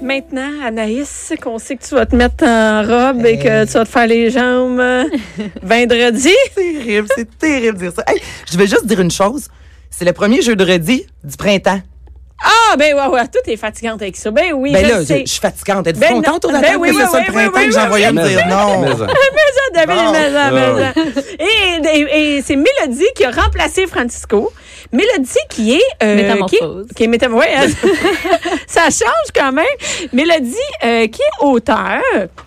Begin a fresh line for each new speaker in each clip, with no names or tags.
Maintenant, Anaïs, qu'on sait que tu vas te mettre en robe et que tu vas te faire les jambes euh, vendredi.
terrible, c'est terrible de dire ça. Hey, je vais juste dire une chose. C'est le premier jeu de redis du printemps.
Ah, ben ouais, ouais, tout est fatigante avec ça. Ben oui,
Ben
je
là,
le
je,
sais.
je suis fatigante. Êtes-vous
Ben non,
contente au
ben oui,
que
oui,
c'est ça
oui,
le printemps
oui,
que
oui,
j'envoyais me
Mais-
dire non?
mais-
Mais ça, David,
Bon.
mais ça, mais
Ah
ça. Et, et- et c'est Mélodie qui a remplacé Francisco. Mélodie qui est... euh,
Métamorphose.
Qui, qui est métam- ouais, hein. ça change quand même. Mélodie euh, qui est auteur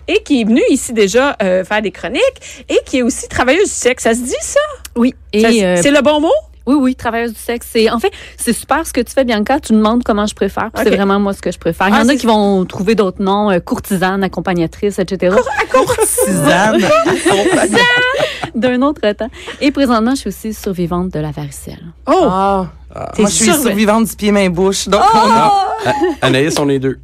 et qui est venue ici déjà euh, faire des chroniques et qui est aussi travailleuse du sexe. Ça se dit, ça?
Oui.
Ça se-
Et, euh,
C'est le bon mot?
oui, oui, travailleuse du sexe. C'est, en fait, c'est super ce que tu fais, Bianca. Tu demandes comment je préfère. puis
Ok.
C'est vraiment moi ce que je préfère. Il y
Ah,
en a
c'est-
qui vont trouver d'autres noms, euh, courtisane, accompagnatrice, etc.
Suzanne.
D'un autre temps. Et présentement, je suis aussi survivante de la varicelle.
Oh!
Ah.
T'es Oh!
Moi, je suis
surve-
survivante du pied, main, bouche. Donc, on a...
Anaïs, on est deux.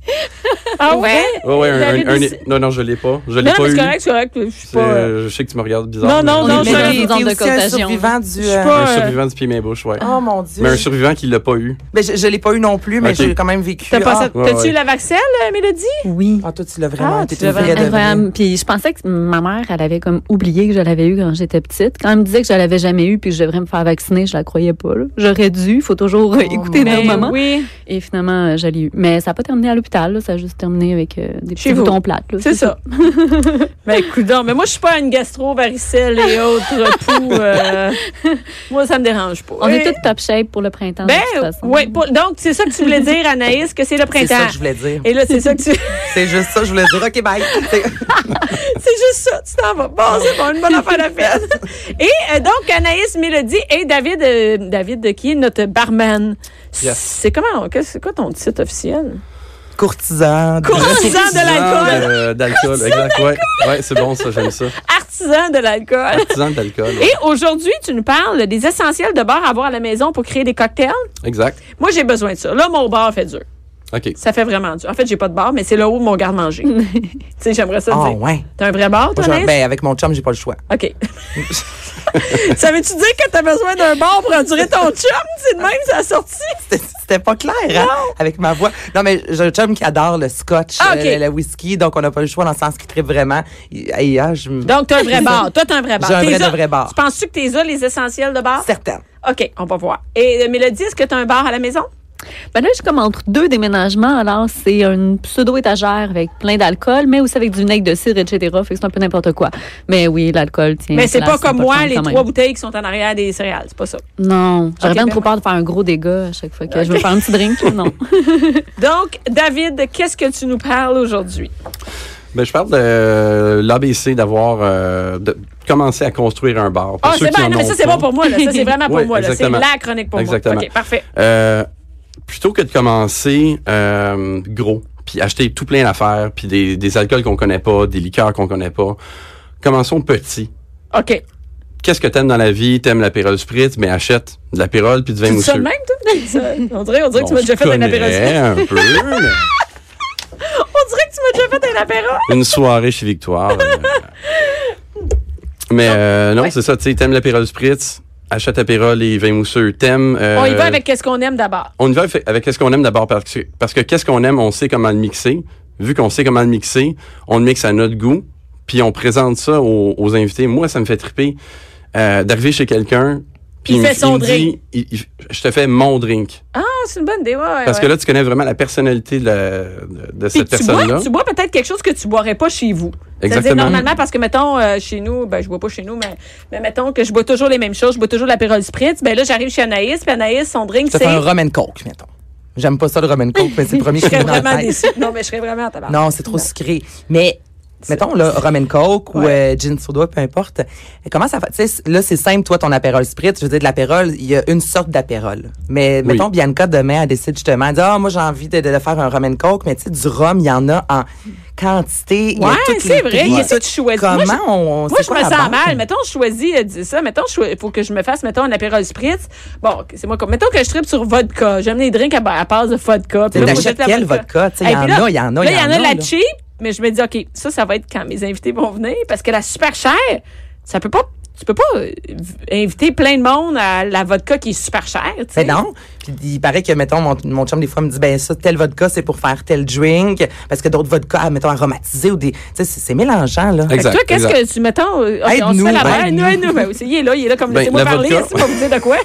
Ah ouais?
Ouais, ouais, un-
David,
un- un-
il-
non, non, je l'ai pas. Je
Non,
l'ai
non,
pas
mais
eu.
c'est correct, c'est correct. Je suis
C'est,
pas... euh,
euh, je sais que tu me regardes
Non,
bizarre.
non,
On
non,
est
je
mais
mélange
t'es
dans de
aussi un
contagion.
survivant du...
Je suis
euh,
pas-
Un
euh,
survivant du pied main bouche, ouais.
Oh mon Dieu.
Mais un survivant qui l'a pas eu.
Ben, je, je l'ai pas eu non plus, mais
Ok.
j'ai quand même vécu.
T'as pas
Ah.
ça-
Ouais,
T'as-tu
ouais.
eu la vaccelle, euh, Mélodie?
Oui.
Ah, toi, tu l'as vraiment.
Ah,
T'es
tu
une
l'as
vraie de vraie.
Incroyable. Puis je pensais que ma mère, elle avait comme oublié que je l'avais eu quand j'étais petite. Quand elle me disait que je l'avais jamais eu puis que je devrais me faire vacciner, je la croyais pas. là. J'aurais dû. Il faut toujours euh, écouter
mon
nos mamans.
Oh, Ben oui.
Et finalement, euh, je l'ai eu. Mais ça n'a pas terminé à l'hôpital. là. Ça a juste terminé avec euh, des
Chez
petits
vous.
boutons plates. là.
C'est ça. ben, écoute donc, mais moi, je suis pas une gastro, varicelle et autres poux. euh, moi, ça me dérange pas.
On
Et-
est toutes top shape pour le printemps.
Ben,
de toute façon.
oui. pour- donc, c'est ça que tu voulais dire, Anaïs, que c'est le
C'est ça
printemps.
que je voulais dire.
Et là, c'est ça que tu.
C'est juste ça que je voulais dire. OK, bye. C'est-
c'est juste ça, tu t'en vas. Bon, c'est bon, une bonne affaire à faire. Et euh, donc, Anaïs, Mélodie et David, euh, David euh, qui est notre barman.
Yes.
C'est comment, qu'est-ce- c'est quoi ton titre officiel?
Courtisan.
Courtisan Ah, de l'alcool.
Euh, D'alcool, exact. Ouais, ouais c'est bon, ça, j'aime ça.
Artisan de l'alcool.
Artisan de l'alcool. ouais.
Et aujourd'hui, tu nous parles des essentiels de bar à avoir à la maison pour créer des cocktails.
Exact.
Moi, j'ai besoin de ça. Là, mon bar fait dur.
OK.
Ça fait vraiment dur. En fait, j'ai pas de bar, mais c'est là où mon garde-manger. tu sais, j'aimerais ça te
Ah,
dire.
ouais.
T'as un vrai bar, toi,
Mm. Moi, je-
Anaïs?
ben, avec mon chum, j'ai pas le choix.
OK. ça veut-tu dire que t'as besoin d'un bar pour endurer ton chum? C'est de même, ça a sorti.
C'était- C'était pas clair, hein, avec ma voix. Non, mais j'ai un chum qui adore le scotch,
Ah, ok.
euh, le whisky, donc on n'a pas le choix dans le sens qu'il tripe vraiment. Il- hey, ah, je me-
Donc, t'as un vrai bar. Toi, t'as un vrai bar.
J'ai un
T'es
vrai de
ça-
vrai bar.
Tu penses-tu que t'es là, les essentiels de bar?
Certaine.
OK, on va voir. Et euh, Mélodie, est-ce que t'as un bar à la maison?
Ben là, je suis comme entre deux déménagements. Alors, c'est une pseudo-étagère avec plein d'alcool, mais aussi avec du vinaigre de cidre, etc. Fait que c'est un peu n'importe quoi. Mais oui, l'alcool, tiens.
mais Ben, c'est
place,
pas comme
de
moi,
fun
les
quand même.
trois bouteilles qui sont en arrière des céréales. C'est pas ça.
Non, j'aurais
Ok,
bien
ben
trop
ouais.
peur de faire un gros dégât à chaque fois que je veux faire un petit drink. Non.
Donc, David, qu'est-ce que tu nous parles aujourd'hui?
Ben, je parle de euh, l'ABC d'avoir euh, de commencer à construire un bar. Pour
Ah,
ceux
c'est
qui
bon.
en
Non, mais
ont
ça, c'est
pas,
bon pour moi. Là. Ça, c'est vraiment pour
Oui,
moi. là. C'est
exactement.
la chronique pour
Exactement.
moi. OK, parfait.
Euh, plutôt que de commencer euh, gros, puis acheter tout plein d'affaires, puis des, des alcools qu'on connaît pas, des liqueurs qu'on connaît pas, commençons petit.
OK.
Qu'est-ce que t'aimes dans la vie? T'aimes l'apérol Spritz? Mais achète de l'apérol puis du vin
Tu dis ça
mousseux.
de même, toi? Ça- on dirait, on dirait que tu
Bon,
m'as déjà
je
fait un
connais
apéro.
un peu, mais
On dirait que tu m'as déjà fait un apéro.
une soirée chez Victoire. euh. mais euh, non,
Ouais.
c'est ça. Tu sais, t'aimes l'apérol Spritz? Achète apérol et vin mousseux. T'aimes... euh,
On y va avec qu'est-ce qu'on aime d'abord.
on y va avec- avec qu'est-ce qu'on aime d'abord parce que parce que qu'est-ce qu'on aime, on sait comment le mixer. Vu qu'on sait comment le mixer, on le mixe à notre goût, puis on présente ça aux, aux invités. Moi, ça me fait triper euh, d'arriver chez quelqu'un. puis
Il
me-
fait son
me dit, il- il- je te fais mon drink.
Ah, c'est une bonne idée. ouais, ouais,
Parce que
ouais.
là, tu connais vraiment la personnalité de, la- de- de
Puis
cette
tu bois,
personne-là.
tu bois peut-être quelque chose que tu boirais pas chez vous. C'est-à-dire
Exactement.
normalement parce que mettons euh, chez nous, ben je bois pas chez nous, mais, mais mettons que je bois toujours les mêmes choses, je bois toujours l'apérol spritz. Ben là j'arrive chez Anaïs, puis Anaïs son drink
Ça fait
c'est
un rum and coke, mettons. J'aime pas ça, le rum and coke, mais c'est le premier
je
qui me
serais
vient dans la
vraiment
tête.
déçue. Non mais je serais vraiment à tabac.
Non, c'est trop sucré. Mais mettons là rum and coke ou euh, gin soda peu importe. Et Comment ça fait tu sais, là c'est simple toi ton apérol spritz, je veux dire de l'apérol, il y a une sorte d'apérol. Mais
Oui.
mettons Bianca demain elle décide justement elle dit ah moi j'ai envie de, de- de faire un rum and coke mais tu sais du rhum il y en a en quantité, il y a
Ouais,
toutes
c'est
les
vrai,
prix,
il y a
tout-
tout choisi.
Comment
Moi, je-
on, on-
Moi,
c'est
je
quoi
me
la
sens
base?
mal. Mettons, je choisis, euh, dis ça. Mettons, il faut que je me fasse, mettons, un apérol spritz. Bon, c'est moi comme. Mettons que je tripe sur vodka. J'aime les drinks à, ba- à base de vodka. Puis
Tu
là, faut
t'achètes
que j'achète la
quel vodka? Tu sais,
Hey,
il y en
puis là-
a, il y en a,
Là, il y en a de la
là.
cheap, mais je me dis, OK, ça, ça va être quand mes invités vont venir parce que la super chère, ça peut pas. tu peux pas euh, inviter plein de monde à la vodka qui est super chère. tu sais.
Ben non. Puis il paraît que, mettons, mon, mon chum, des fois, me dit, ben ça, tel vodka, c'est pour faire tel drink, parce que d'autres vodkas, ah, mettons, aromatisés ou des. Tu sais, c'est c'est mélangeant, là.
Fait que
Exact,
toi, qu'est-ce
exact.
que tu, mettons, euh, ok, on se
Aide-nous,
fait la
ben,
main,
aide-nous.
nous, nous, ben, aussi, il est là, il est là comme,
Ben,
laissez-moi
la
parler,
vodka.
c'est pas vous dire de quoi.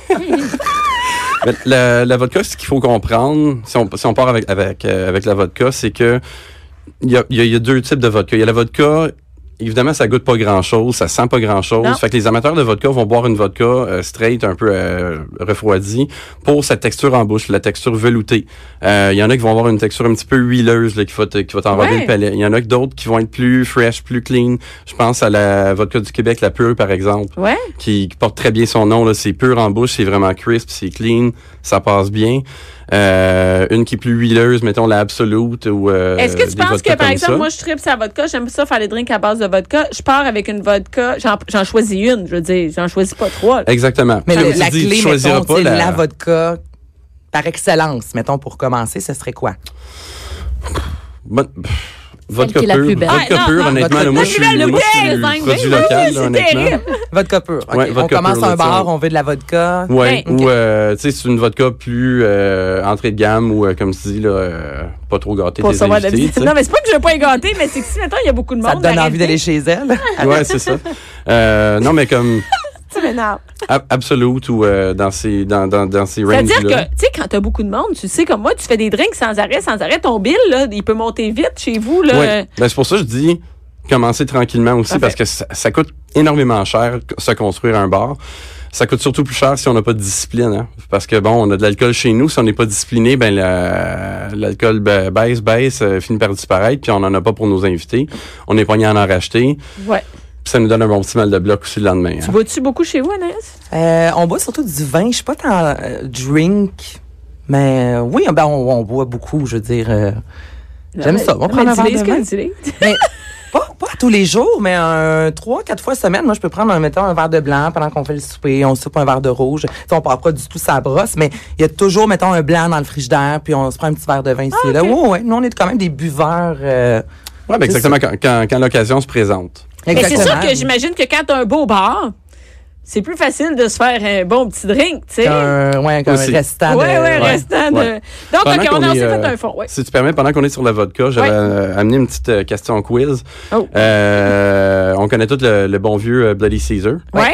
Mais la, la vodka, ce qu'il faut comprendre, si on, si on part avec, avec, euh, avec la vodka, c'est que il y a, il y a- il y a deux types de vodka. Il y a la vodka, évidemment, ça goûte pas grand-chose, ça sent pas grand-chose.
Non.
Fait que les amateurs de vodka vont boire une vodka euh, straight, un peu euh, refroidie, pour sa texture en bouche, la texture veloutée. Euh, Il y en a qui vont avoir une texture un petit peu huileuse, là, qui va te- qui va t'envoyer
Ouais.
le palais. Il y en a que d'autres qui vont être plus fresh, plus clean. Je pense à la vodka du Québec, la pure, par exemple
Ouais.
qui, qui porte très bien son nom. là. C'est pur en bouche, c'est vraiment crisp, c'est clean, ça passe bien. Euh, une qui est plus huileuse, mettons la Absolute ou euh,
Est-ce que tu
des
penses
vodkas
que, par
comme
exemple,
ça.
moi, je tripe sa vodka, j'aime ça faire les drinks à base de vodka, je pars avec une vodka, j'en- j'en choisis une, je veux dire, j'en choisis pas trois. là.
Exactement.
Mais
Comme
le-
tu
la
dis, tu
clé,
choisiras
mettons, c'est
la-
la... vodka par excellence, mettons, pour commencer, ce serait quoi?
Bon- pff, Vodka
qui est la
pure,
plus belle.
vodka
Ah, non,
pure,
non,
honnêtement,
vodka
là, moi,
pure.
je suis,
La nouvelle
moi, je suis
bouteille.
produit
Oui,
local,
c'est
là, honnêtement.
terrible.
Vodka pure. OK.
Ouais, vodka
on commence
pure,
un
là,
bar,
ça.
on veut de la vodka.
Ouais,
Ben,
ou euh, tu sais, c'est une vodka plus euh, entrée de gamme ou euh, comme tu dis là, euh, pas trop gâtée
Pour
tes
savoir de
invités, tu sais.
Non, mais c'est pas que je veux pas éganter, mais c'est que si, mettons, il y a beaucoup de monde.
Ça te donne
la
envie
réalité,
d'aller chez elle.
Ouais, c'est ça. Euh, non, mais comme
ça m'énerve.
Ab- Absolute ou euh, dans ces dans dans dans ces ranges là.
C'est-à-dire que, tu sais, quand t'as beaucoup de monde, tu sais, comme moi, tu fais des drinks sans arrêt, sans arrêt. Ton bill, là, il peut monter vite chez vous, là.
Ouais. Ben, c'est pour ça que je dis commencer tranquillement aussi
euh, Parfait.
parce que ça, ça coûte énormément cher c- se construire un bar. Ça coûte surtout plus cher si on n'a pas de discipline. hein. Parce que bon, on a de l'alcool chez nous. Si on n'est pas discipliné, ben la- l'alcool ba- baisse, baisse, euh, finit par disparaître. Puis on n'en a pas pour nos invités. On est poigné à en racheter.
Ouais.
Puis ça nous donne un bon petit mal de bloc aussi le lendemain.
Tu
hein.
bois-tu beaucoup chez vous, Anaïs?
Euh, on boit surtout du vin. Je suis pas tant euh, drink, mais euh, oui, ben on, on boit beaucoup, je veux dire. euh, J'aime ça. On prend un verre de vin. Mais Ben, pas, pas tous les jours, mais un trois, quatre fois semaine. Moi, je peux prendre, un, mettons, un verre de blanc pendant qu'on fait le souper. On soupe un verre de rouge. Tu sais, on part pas du tout sa brosse, mais il y a toujours, mettons, un blanc dans le frigidaire, puis on se prend un petit verre de vin ici. et là.
Ah, ok.
Ouais, ouais. Nous, on est quand même des buveurs. euh,
Ouais, ben,
C'est
exactement quand, quand, quand l'occasion se présente.
Mais c'est sûr
exactement.
que j'imagine que quand t'as un beau bar, c'est plus facile de se faire un bon petit drink, tu sais.
Qu'un- ouais, qu'un
Aussi.
restant.
Ouais, ouais,
de-
ouais,
restant de.
ouais.
Donc,
Pendant
OK, on
qu'on
a
est,
aussi
euh,
fait un fond. Ouais.
Si tu permets, pendant qu'on est sur la vodka, j'avais
Ouais.
euh, amené une petite euh, question quiz.
Oh.
Euh, on connaît tous le, le bon vieux euh, Bloody Caesar.
Ouais?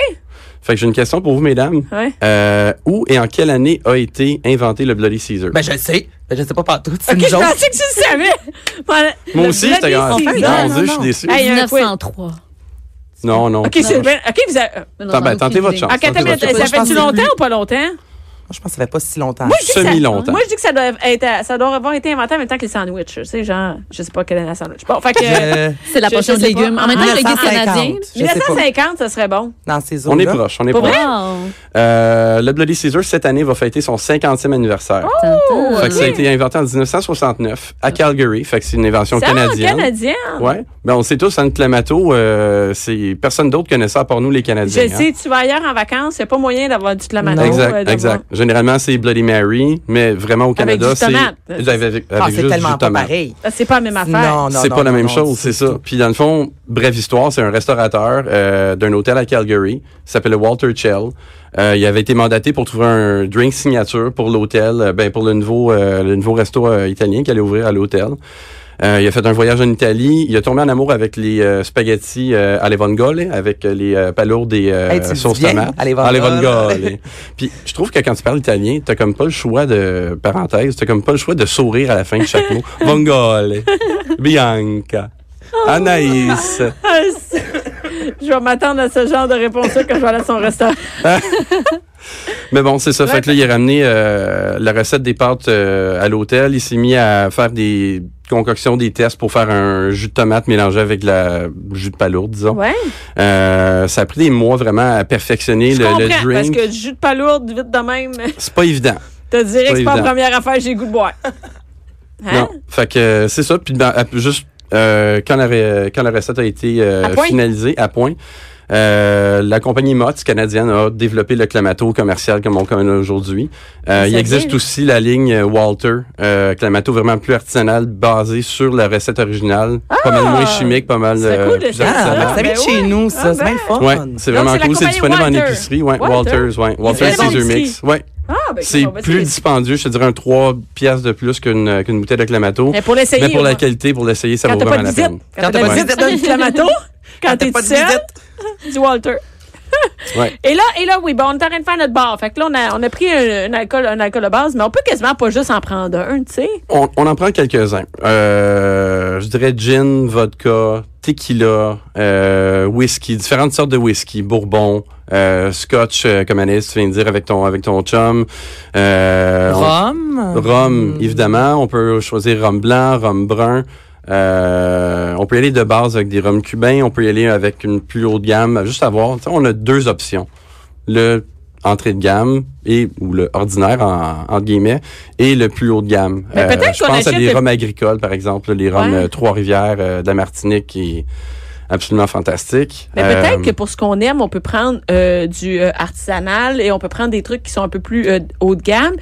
Fait que j'ai une question pour vous, mesdames.
Ouais.
Euh, où et en quelle année a été inventé le Bloody Caesar?
Ben, je le sais. Ben, je sais pas partout. C'est
OK,
une
je
joke.
pensais que tu le savais. Voilà.
Moi
Le
aussi,
bloody
j'étais
Caesar.
comme,
Enfin,
Ah,
non,
mon Dieu, je
non,
suis
non.
déçu.
Hey, il y a un quiz.
1903.
Non, non.
OK, c'est bien. OK, vous avez.
Mais non,
Ah,
j'en ai
ben,
aucune
tentez votre
idée.
chance.
OK, attends, une minute,
Je
ça
pense
fait-tu
que
longtemps
plus.
ou pas longtemps?
Moi, je pense que ça fait pas si longtemps.
Moi, je dis que ça-
Semi-longtemps.
Moi, je dis que ça doit être à- ça doit avoir été inventé en même temps que les sandwichs. Tu sais, genre, je sais pas quelle est la sandwich. Bon, fait que. euh,
Je-
C'est la
Ah, Je
portion de
sais pas.
légumes. En même temps, avec des
Ah,
1950.
Canadiens.
Je sais pas.
1950, ça serait bon.
Dans ces
on est
eaux-là.
proche, on est
Pour
proche.
vrai?
Wow.
Euh, le Bloody Caesar, cette année, va fêter son 50e anniversaire.
Oh!
Tintin.
Fait que ça a été inventé en 1969 à Calgary. Fait que c'est une invention
Ça,
canadienne.
canadien.
Ouais. Ben, on sait tous, Anne Clamato, euh, c'est personne d'autre connaît ça à part nous, les Canadiens.
Je
hein.
sais, tu vas ailleurs en vacances, il n'y a pas moyen d'avoir du
Ah
clamato. euh,
Exact, exact. Généralement, c'est Bloody Mary, mais vraiment au Canada,
du
c'est.
tomate.
Avec, avec,
Ah,
avec
c'est
juste
tellement
du
pas
tomate.
pareil.
C'est pas la même affaire.
Non, non,
c'est
non,
pas la
non,
même
non,
chose, c'est ça. Puis dans le fond, brève histoire, c'est un restaurateur euh, d'un hôtel à Calgary, il s'appelle Walter Chell. Euh, il avait été mandaté pour trouver un drink signature pour l'hôtel, euh, ben pour le nouveau euh, le nouveau resto euh, italien qui allait ouvrir à l'hôtel. Euh, il a fait un voyage en Italie. Il a tombé en amour avec les euh, spaghettis euh, alle vongole, avec euh, les euh, palourdes et euh,
Hey, tu le dis
sauces
bien,
tomates.
alle vongole.
Alle vongole. Puis je trouve que quand tu parles italien, t'as comme pas le choix de parenthèse, t'as comme pas le choix de sourire à la fin de chaque mot. Vongole, Bianca,
Oh.
Anaïs.
Ah, c'est- je vais m'attendre à ce genre de réponse-là quand je vais aller à son restaurant.
Mais bon, c'est ça.
Ouais.
Fait que là, il a ramené euh, la recette des pâtes euh, à l'hôtel. Il s'est mis à faire des concoctions, des tests pour faire un jus de tomate mélangé avec de la jus de palourde, disons.
Ouais.
Euh, ça a pris des mois vraiment à perfectionner
Je
le,
comprends,
le
parce
drink.
que du jus de palourde, vite de même,
C'est pas évident.
te dirais que c'est pas la
évident.
première affaire que j'ai le goût de boire. Hein?
Non. Fait que euh, c'est ça. Puis dans- à- juste euh, quand, la, ré- quand la recette a été euh,
À point.
finalisée à point, Euh, la compagnie Mott canadienne a développé le Clamato commercial comme on connaît aujourd'hui. Euh, il existe
bien.
aussi la ligne Walter euh, Clamato vraiment plus artisanale basée sur la recette originale, pas mal moins chimique, pas mal
Ah!
euh,
C'est cool de
plus
ça.
artisanale.
Ah, ça vient de
Ben
chez
ouais.
nous, ça.
Ah
c'est bien le fun.
Ouais, c'est
Donc,
vraiment
c'est la
cool.
compagnie
C'est disponible en
Walter.
épicerie. Ouais,
Walter.
Walters, ouais. Walters
des bons
Caesar
biscuits.
Mix. Ouais.
Ah, ben,
C'est
on va
plus
essayer.
dispendieux, je te dirais un 3 piastres de plus qu'une euh, qu'une bouteille de Clamato.
Mais pour l'essayer.
Mais pour
au
la
moins.
qualité, pour l'essayer, ça
Quand
vaut
t'as pas
vraiment
de
la
visite.
peine.
Quand t'as pas de visite, donne du clamato.
Ah,
Quand t'es
pas
tout
de
seul,
visite.
du Walter.
Ouais.
Et là, et là, oui, bon, on est en train de faire notre bar. Fait que là, on a, on a pris un, un alcool, un alcool de base, mais on peut quasiment pas juste en prendre un, tu sais.
On, on en prend quelques-uns. Euh, je dirais gin, vodka, tequila, euh, whisky, différentes sortes de whisky, bourbon, euh, scotch, euh, comme Anaïs, tu viens de dire, avec ton, avec ton chum. Euh, on-
Rhum.
Rhum,
Mm-hmm.
évidemment. On peut choisir rhum blanc, rhum brun. Euh, on peut y aller de base avec des rhums cubains. On peut y aller avec une plus haute gamme. Juste à voir. Tu sais, On a deux options. Le entrée de gamme et ou le ordinaire en, entre guillemets et le plus haut de gamme.
Mais
Euh,
peut-être
je
qu'on
pense à
achète
des
le-
rhums agricoles par exemple, les rhums
Ouais.
euh, Trois-Rivières euh, de la Martinique qui est absolument fantastique.
Mais
Euh,
peut-être que pour ce qu'on aime, on peut prendre euh, du euh, artisanal et on peut prendre des trucs qui sont un peu plus euh, haut de gamme.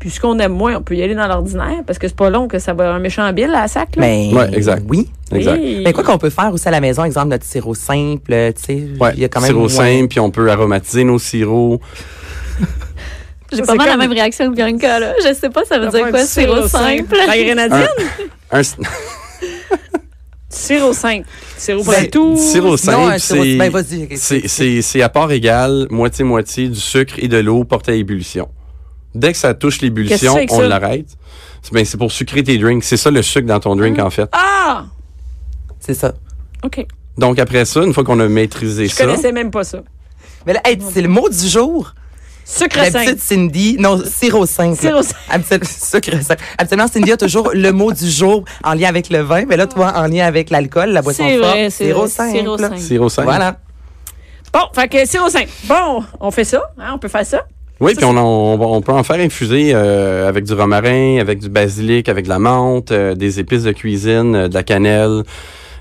Puis ce qu'on aime moins, on peut y aller dans l'ordinaire parce que c'est pas long que ça va un méchant bill à la sac. Là.
Mais
Ouais, exact.
oui.
Ben, exact.
Oui.
Mais quoi qu'on peut faire aussi à la maison, exemple notre sirop simple, tu sais,
Ouais,
il y a quand même
sirop
ouais.
simple, puis on peut aromatiser nos sirops.
J'ai
Ça,
pas
c'est
mal la
comme-
même réaction que Bianca, là. Je sais pas, ça veut dire
Un
quoi,
petit
sirop simple.
La grenadine?
Un, s-
Sirop simple. Sirop pour
Ben,
la toux.
sirop
Non,
simple,
un sirop-
c'est
ben, vas-y. ok.
C'est- C'est c'est à part égale, moitié-moitié du sucre et de l'eau portée à ébullition. Dès que ça touche
Qu'est-ce que
l'ébullition,
c'est que
on
ça?
l'arrête. C'est ben, c'est pour sucrer tes drinks. C'est ça le sucre dans ton drink, en fait.
Ah!
C'est ça.
OK.
Donc après ça, une fois qu'on a maîtrisé
Je
ça,
connaissais même pas ça.
Mais là, hey, c'est le mot du jour.
Sucre
La
simple.
petite Cindy, non, sirop simple.
Sirop simple.
Absol- sucre simple. Absolument, Cindy a toujours le mot du jour en lien avec le vin, mais là, toi, en lien avec l'alcool, la boisson
C'est
forte,
vrai, c'est
sirop
vrai,
simple.
sirop simple.
sirop simple.
Voilà.
Bon, fait que sirop simple. Bon, on fait ça. hein, on peut faire ça.
Oui,
Ça,
puis on, en- on va- on peut en faire infuser euh, avec du romarin, avec du basilic, avec de la menthe, euh, des épices de cuisine, euh, de la cannelle,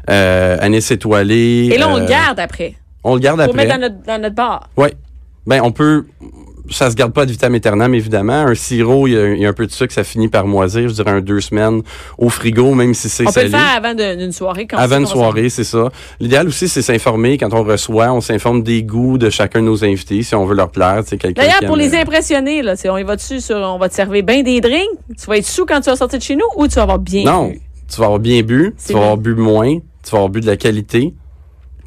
euh, anis étoilé.
Et là, on
euh,
le garde après.
On le garde
Pour
après.
mettre dans notre, dans notre bar.
Oui. Ben, on peut. Ça se garde pas de vitam aeternam, évidemment. Un sirop, il y, a, il y a un peu de sucre, ça finit par moisir, je dirais, un deux semaines au frigo, même si c'est
On peut
salé.
le faire avant de- d'une soirée. Quand on
Avant
sait
une
qu'on s'en-
soirée, c'est ça. L'idéal aussi, c'est s'informer. Quand on reçoit, on s'informe des goûts de chacun de nos invités, si on veut leur plaire. C'est quelqu'un
D'ailleurs,
qui
pour
aime,
les
euh,
impressionner, là, c'est- on y va dessus sur on va te servir bien des drinks. Tu vas être sous quand tu vas sortir de chez nous ou tu vas avoir bien.
Non,
bu.
tu vas avoir bien bu,
C'est
tu vas avoir
vrai.
bu moins, tu vas avoir bu de la qualité.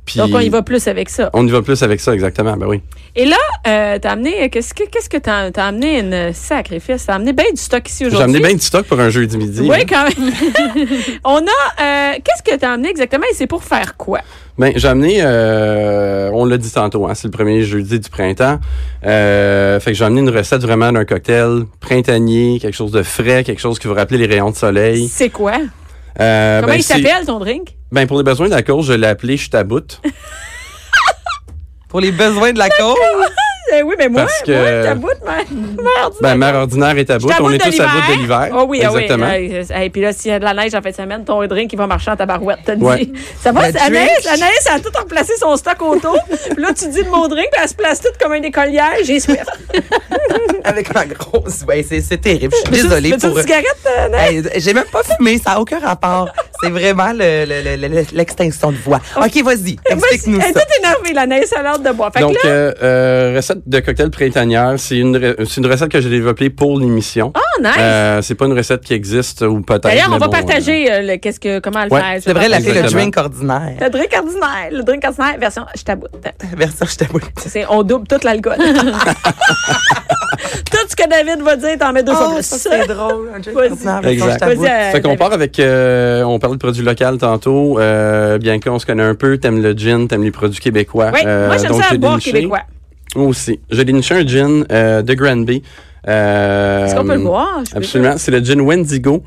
Puis
Donc, on y va plus avec ça.
on y va plus avec ça, exactement. Ben oui.
Et là, euh, t'as amené, euh, qu'est-ce que qu'est-ce que t'as t'as amené une sacrifice? T'as amené bien du stock ici
J'ai
aujourd'hui.
amené bien du stock pour un jeudi midi. hein.
Oui, quand même. on a, euh, qu'est-ce que t'as amené exactement et c'est pour faire quoi?
Ben, j'ai amené, euh, on l'a dit tantôt, hein, c'est le premier jeudi du printemps. Euh, fait que j'ai amené une recette vraiment d'un cocktail printanier, quelque chose de frais, quelque chose qui vous rappelle les rayons de soleil.
C'est quoi?
Euh,
Comment
ben,
il
c'est-
s'appelle ton drink?
Ben, pour les besoins de la course, je l'ai appelé Chutabout.
Pour les besoins de la cause.
Eh oui, mais moi,
Parce que-
moi, ta bout, ma, ma ordinaire.
ben, mère ordinaire est à bout.
Ta
On
bout
est tous à bout de l'hiver.
Oh oui, ah oui.
Exactement.
Et puis là, s'il y a de la neige en fin de semaine, ton drink, il va marcher en tabarouette. T'as
Ouais.
dit. Ça va,
Le
c'est- Anaïs,
drink.
Anaïs a tout replacé son stock autour. puis là, tu dis de mon drink, puis elle se place toute comme un écolière. J'ai soif.
Avec ma grosse. Ouais, c'est c'est terrible. Je suis
Veux-tu
désolée
veux-tu
pour.
une cigarette, euh, Anaïs?
Hey, J'ai même pas fumé, ça n'a aucun rapport. C'est vraiment le- le- le- le- l'extinction de voix. OK, vas-y, explique-nous
Elle est
ça.
toute énervée, la Anaïs, à l'ordre de boire. Fait que
Donc,
là,
euh, euh, recette de cocktail printanière, c'est une, re- c'est une recette que j'ai développée pour l'émission.
oh, nice.
Euh, c'est pas une recette qui existe ou peut-être.
D'ailleurs, on
mais
va
bon,
partager euh, le- qu'est-ce que, comment le
Ouais,
faire.
C'est vrai, l'appeler le
Exactement.
drink ordinaire.
Le drink ordinaire. Le drink ordinaire, version je taboute.
Version, je t'avoue.
C'est on double toute l'alcool. Tout ce que David va dire, t'en mets deux fois
Oh,
plus.
ça, c'est drôle. Un drink
Vas-y.
ordinaire, version,
Exact.
je t'avoue.
Vas-y, euh,
Fait qu'on
David.
part avec, euh, on parlait de produits locaux tantôt. Euh, bien qu'on se connaît un peu, t'aimes le gin, t'aimes les produits québécois.
Oui,
Euh,
moi, j'aime
donc
ça
j'ai
boire
déniché-
québécois.
Moi aussi. J'ai déniché un gin euh, de Granby. Euh,
Est-ce qu'on peut le voir? Je peux-
Absolument. C'est le gin Wendigo.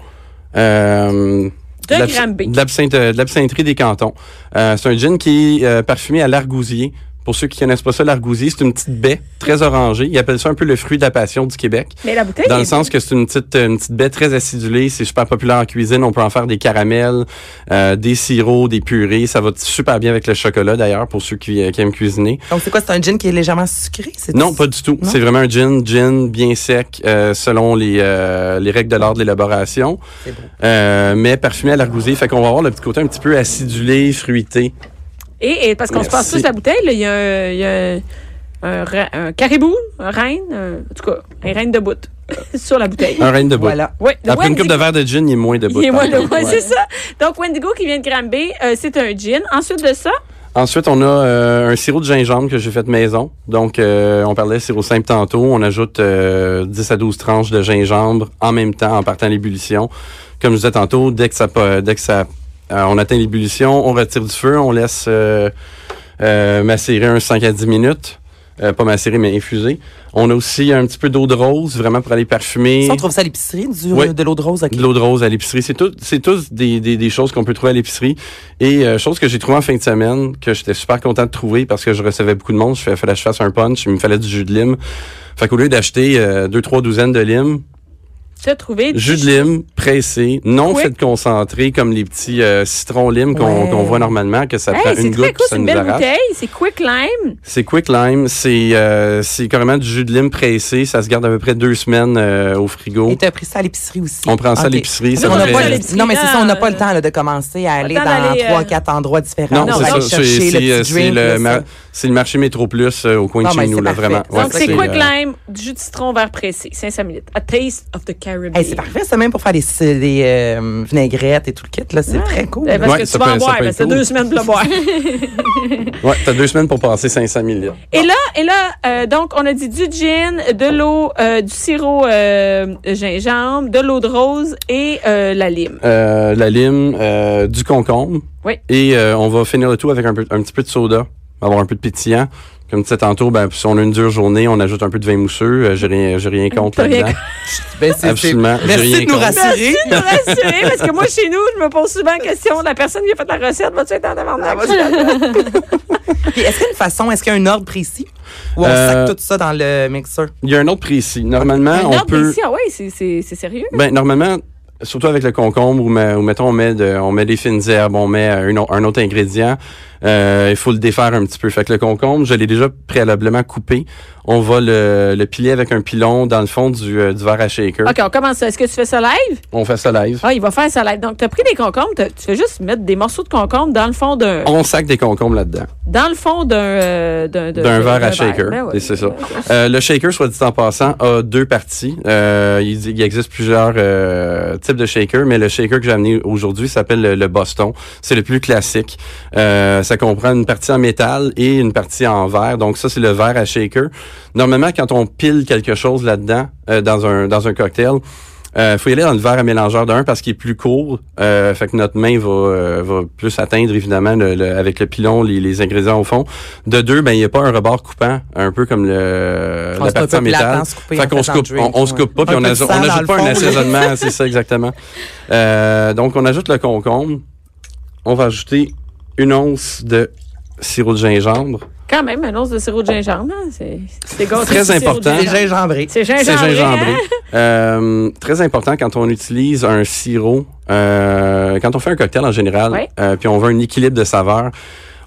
Euh,
De
l'abs-
Granby.
De l'absinthe- de l'absintherie des cantons. Euh, c'est un gin qui est euh, parfumé à euh, l'argousier Pour ceux qui connaissent pas ça, l'argousier, c'est une petite baie très orangée. Ils appellent ça un peu le fruit de la passion du Québec.
Mais la bouteille.
Dans le
est-
sens que c'est une petite, euh, une petite baie très acidulée. C'est super populaire en cuisine. On peut en faire des caramels, euh, des sirops, des purées. Ça va super bien avec le chocolat, d'ailleurs, pour ceux qui, euh, qui aiment cuisiner.
Donc, c'est quoi? C'est un gin qui est légèrement sucré? c'est-
Non, pas du tout.
Non?
C'est vraiment un gin, gin bien sec, euh, selon les, euh, les règles de l'art de l'élaboration.
C'est beau.
Euh, mais parfumé à l'argousier. Fait qu'on va avoir le petit côté un petit peu acidulé, fruité.
Et, et parce qu'on se passe
Merci.
tous la bouteille, là, il y a, un- il y a un, un ra- un caribou, un renne, un- en tout cas, un renne de bout sur la bouteille.
Un règne de bois.
Voilà.
Oui, de
Après une coupe
Wendigo.
de verre de gin, il est moins de bout.
Il est
par
moins de
contre.
ouais, c'est
Ouais.
ça. Donc, Wendigo qui vient de Granby, euh, c'est un gin. Ensuite de ça,
Ensuite, on a euh, un sirop de gingembre que j'ai fait maison. Donc, euh, on parlait de sirop simple tantôt. On ajoute euh, 10 à 12 tranches de gingembre en même temps, en partant l'ébullition. Comme je disais tantôt, dès que ça, pa- dès que ça, euh, on atteint l'ébullition, on retire du feu, on laisse euh, euh, macérer un 5 à 10 minutes. Euh, pas macérer, mais infuser. On a aussi un petit peu d'eau de rose, vraiment pour aller parfumer.
Ça, on trouve ça à l'épicerie, du-
Oui.
de l'eau de rose. ok.
De l'eau de rose à l'épicerie. C'est tout, c'est tous des, des, des choses qu'on peut trouver à l'épicerie. Et euh, chose que j'ai trouvé en fin de semaine, que j'étais super content de trouver parce que je recevais beaucoup de monde. Je fais, fallait que je fasse un punch, il me fallait du jus de lime. Fait qu'au lieu d'acheter euh, deux, trois douzaines de limes,
tu as trouvé du
jus de lime pressé, non
Oui.
fait de concentré comme les petits euh, citrons limes qu'on,
Ouais.
qu'on voit normalement, que ça
Hey,
prend
c'est
une
très cool,
goutte puis ça
c'est une
nous
belle
arrache.
bouteille. C'est Quick Lime.
C'est Quick Lime, c'est, euh, c'est carrément du jus de lime pressé. Ça se garde à peu près deux semaines euh, au frigo.
Et t'as pris ça à l'épicerie aussi.
On prend ça à
Ok.
l'épicerie.
Ça,
On
on
n'a
fait
pas
ça à
le-
l'épicerie,
non, mais c'est ça, on n'a
là,
pas le temps là, de commencer à aller
temps
dans
d'aller,
trois,
euh,
quatre endroits différents.
Non,
Non,
pour
c'est
aller
ça.
Ah chercher
C'est c'est,
le
euh,
petit
c'est
drink,
le,
là,
mar-
ça.
c'est le marché Métro Plus euh, au coin
Non,
de chez
mais
nous,
c'est
là,
parfait.
vraiment.
Ouais,
Donc, c'est
c'est,
Quick
euh,
Lime, du jus de citron vert pressé, 500 ml. A taste of the Caribbean.
Hey, c'est parfait, ça, même pour faire des, des, euh, vinaigrettes et tout le kit. là, C'est
Ouais.
très cool.
Eh, parce
Ouais,
que tu
ça
vas
peut-
en
ça
boire,
peut
ben,
être
c'est
cool.
deux semaines de le boire.
Ouais, t'as deux semaines pour passer 500 000
et là, et là euh, donc, on a dit du gin, de l'eau, euh, du sirop euh, gingembre, de l'eau de rose et euh, la lime.
euh, La lime, euh, du concombre.
Oui.
Et euh, on va finir le tout avec un, peu, un petit peu de soda, avoir un peu de pétillant. Comme tu disais tantôt, ben, si on a une dure journée, on ajoute un peu de vin mousseux. Euh, j'ai rien, j'ai rien contre
T'as rien
là-dedans.
Ben, c'est- c'est-
Absolument, j'ai
Merci
rien
de nous
contre.
rassurer.
Nous rassurer, parce que moi, chez nous, je me pose souvent la question la personne qui a fait la recette, va-tu être en demande
Ben,
Puis Est-ce qu'il y a une façon, est-ce qu'il y a un ordre précis ou on
Euh,
sac tout ça dans le mixeur?
Il y a un autre précis. Normalement,
Un
on
ordre
peut.
d'ici, ah ouais, c'est- c'est c'est sérieux.
Ben, normalement, surtout avec le concombre, ou, ma- ou mettons, on met, de- on met des fines herbes, on met euh, une au- un autre ingrédient, euh, il faut le défaire un petit peu. Fait que le concombre, je l'ai déjà préalablement coupé. On va le, le piler avec un pilon dans le fond du, euh, du verre à shaker.
OK, on commence ça. Est-ce que tu fais ça live?
On fait ça live.
Ah, il va faire ça live. Donc, tu as pris des concombres, t'as- tu fais juste mettre des morceaux de concombres dans le fond d'un.
On sac des concombres là-dedans.
dans le fond d'un euh, d'un d'un- d'un
D'un verre à shaker.
Ben ouais.
Et c'est ça. Euh, le shaker, soit dit en passant, a deux parties. Euh, il, il existe plusieurs euh, types de shaker, mais le shaker que j'ai amené aujourd'hui s'appelle le, le Boston. C'est le plus classique. Euh, ça comprend une partie en métal et une partie en verre. Donc ça, c'est le verre à shaker. Normalement, quand on pile quelque chose là-dedans, euh, dans, un, dans un cocktail, euh, faut y aller dans le verre à mélangeur d'un parce qu'il est plus court. Euh, fait que notre main va, euh, va plus atteindre évidemment le- le- avec le pilon les, les ingrédients au fond. De deux, ben il n'y a pas un rebord coupant, un peu comme le,
On
la
se coupe
partie
Ah,
en
un peu la
métal.
pince coupée,
fait
en
qu'on
fait,
se
dans le
coupe,
drink,
on, on se
ouais.
coupe pas
Un
puis on,
peu de
aj-
sang
on
dans
ajoute
le
pas
fond,
un
là.
assaisonnement, c'est ça exactement. Euh, donc on ajoute le concombre. On va ajouter une once de sirop de gingembre.
Quand même, une once de sirop de gingembre, hein, c'est c'est gâté
Très
du sirop de
important.
C'est
gingembre.
gingembré.
C'est
C'est
gingembre. hein?
gingembré. Euh, très important quand on utilise un sirop, euh, quand on fait un cocktail en général,
Ouais.
euh, puis on veut un équilibre de saveurs,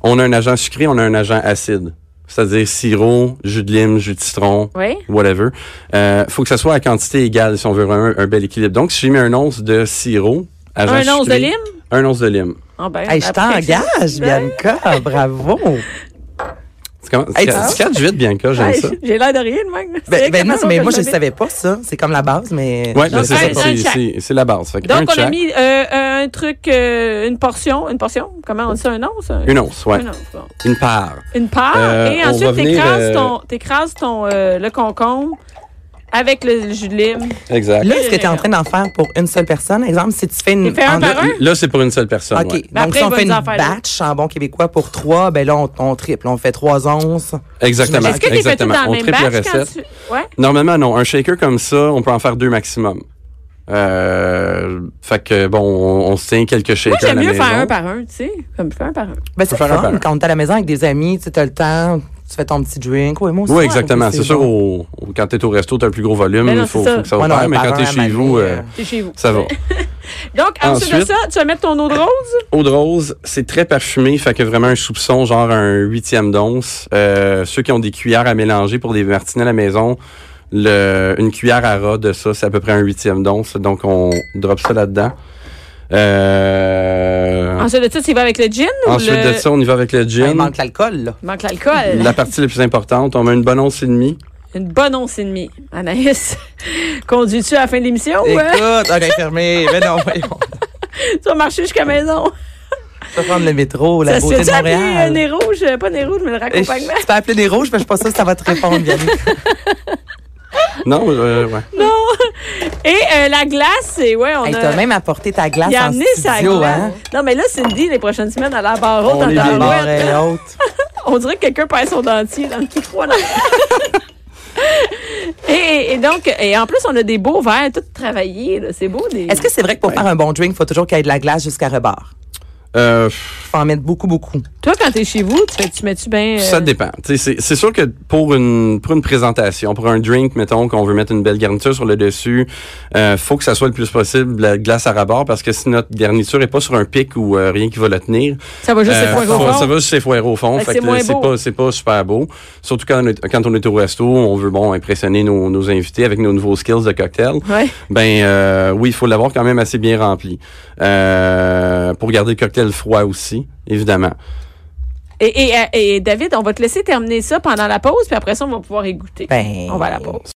on a un agent sucré, on a un agent acide. C'est-à-dire sirop, jus de lime, jus de citron,
Oui.
whatever. Euh, faut que ça soit à quantité égale si on veut un, un bel équilibre. Donc, si j'ai mis un once de sirop, agent
Un once de
sucré,
lime?
Un once de lime.
Ah ben,
Hey, je
après-
t'engage, Bianca. Bravo. Ben,
Tu commences-
Hey,
tu
tu-
tu catches vite, Bianca, j'aime
Hey,
ça.
J'ai l'air de rien de même. C'est
Ben,
la
ben non,
façon
mais
que
moi, je
le
ne
fais.
savais pas ça. C'est comme la base, mais.
Ouais,
je
non,
le
c'est
un-
ça,
savais pas.
un
c'est-
check.
c'est c'est la base. Fait que un
Donc, on a
check,
mis euh, un truc, euh, une portion, une portion, comment on dit ça, un once? un-
une once, ouais,
Un once, bon.
une part.
Une part,
Euh,
et
on va
ensuite,
venir,
t'écrases
euh,
ton, t'écrases ton, euh, le concombre avec le jus de lime.
Exact.
Là, est-ce que tu es en train d'en faire pour une seule personne? Exemple, si tu fais une.
Tu fais un
en-
par un? Ben,
Là, c'est pour une seule personne.
OK.
ouais.
Donc,
après,
si
il
on
va
fait
nous
une
en faire d'autres.
batch en bon québécois pour trois, ben là, on, on triple. On fait trois onces.
Exactement.
Est-ce que tu fais tout
exactement.
dans le
on
même
triple la
batch quand
recette.
tu... Ouais.
Normalement, non. Un shaker comme ça, on peut en faire deux maximum. Euh, fait que bon, on, on se tient quelques shakers
Moi, j'aime
à la
mieux
maison.
faire un par un, tu sais. Comme faire un par un.
Ben, c'est
faire un
fun.
par un.
Quand t'es à la maison avec des amis, tu as le temps, tu fais ton petit drink. Ouais, moi aussi,
Oui,
ouais,
exactement.
ouais,
C'est sûr, au- au- quand t'es au resto, t'as un plus gros volume,
Mais non,
il faut,
c'est ça.
faut que ça
Ouais, non,
opère, mais
par
quand
un,
t'es
à un
chez vous,
moment
euh,
donné,
C'est chez vous.
ça va.
Donc, ensuite, de
Ensuite-
ça, tu vas mettre ton eau de rose.
Eau de rose, c'est très parfumé, fait que vraiment un soupçon, genre un huitième d'once. Euh, ceux qui ont des cuillères à mélanger pour des martinets à la maison, le, une cuillère à ras de ça, c'est à peu près un huitième d'once. Donc, on drop ça là-dedans. Euh,
Ensuite de ça, tu y vas avec le gin ou
ensuite
le...
de ça, on y va avec le
Ah, Il
gin.
manque l'alcool, là.
Il manque l'alcool.
La partie la plus importante, on met une bonne once et demie.
Une bonne once et demie. Anaïs, conduis-tu à la fin de l'émission ou euh,
Écoute,
oh,
un
ben,
infirmier. Mais non, voyons.
tu vas marcher jusqu'à la maison?
Tu vas prendre le métro, la
ça se
beauté
fait-tu
de
appeler euh,
Montréal.
Nez Rouge? Euh, Pas Nez Rouge, mais le
Eh,
raccompagnement.
Tu peux appeler les rouges, mais je suis pas sûre que ça va te répondre, Yannick.
Non, euh, ouais.
Non! Et euh, la glace, c'est... Ouais, on
Hey,
a...
t'as même apporté ta glace
Il a
en
amené sa
studio,
glace.
hein?
Non, mais là, Cindy, les prochaines semaines, à la barre haute,
On est
dans
La
la
bien
mort
ouette.
et l'autre.
On dirait que quelqu'un perd son dentier dans le micro. là. et, et- et donc, et en plus, on a des beaux verres, tout travaillés. là. C'est beau. Des...
Est-ce que c'est vrai que pour faire un bon drink, il faut toujours qu'il y ait de la glace jusqu'à rebord?
Euh, pff,
Faut en mettre beaucoup, beaucoup.
Toi, quand t'es chez vous, tu, fais- tu mets-tu bien... euh,
Ça dépend. Tu sais, C'est c'est sûr que pour une, pour une présentation, pour un drink, mettons qu'on veut mettre une belle garniture sur le dessus, euh, faut que ça soit le plus possible de la glace à rabord parce que si notre garniture est pas sur un pic ou euh, rien qui va la tenir,
Ça va juste
euh,
les points
faut-
au
ça
fond.
va juste s'effoirer au fond.
Fait que
Fait
c'est
que
moins
là, c'est
beau.
pas, c'est pas super beau. Surtout quand on est, quand on est au resto, on veut bon impressionner nos, nos invités avec nos nouveaux skills de cocktail.
Ouais.
Ben euh, oui, il faut l'avoir quand même assez bien rempli euh, pour garder le cocktail froid aussi, évidemment.
Et, et- et David, on va te laisser terminer ça pendant la pause, puis après ça, on va pouvoir y goûter.
Ben,
on va à la pause.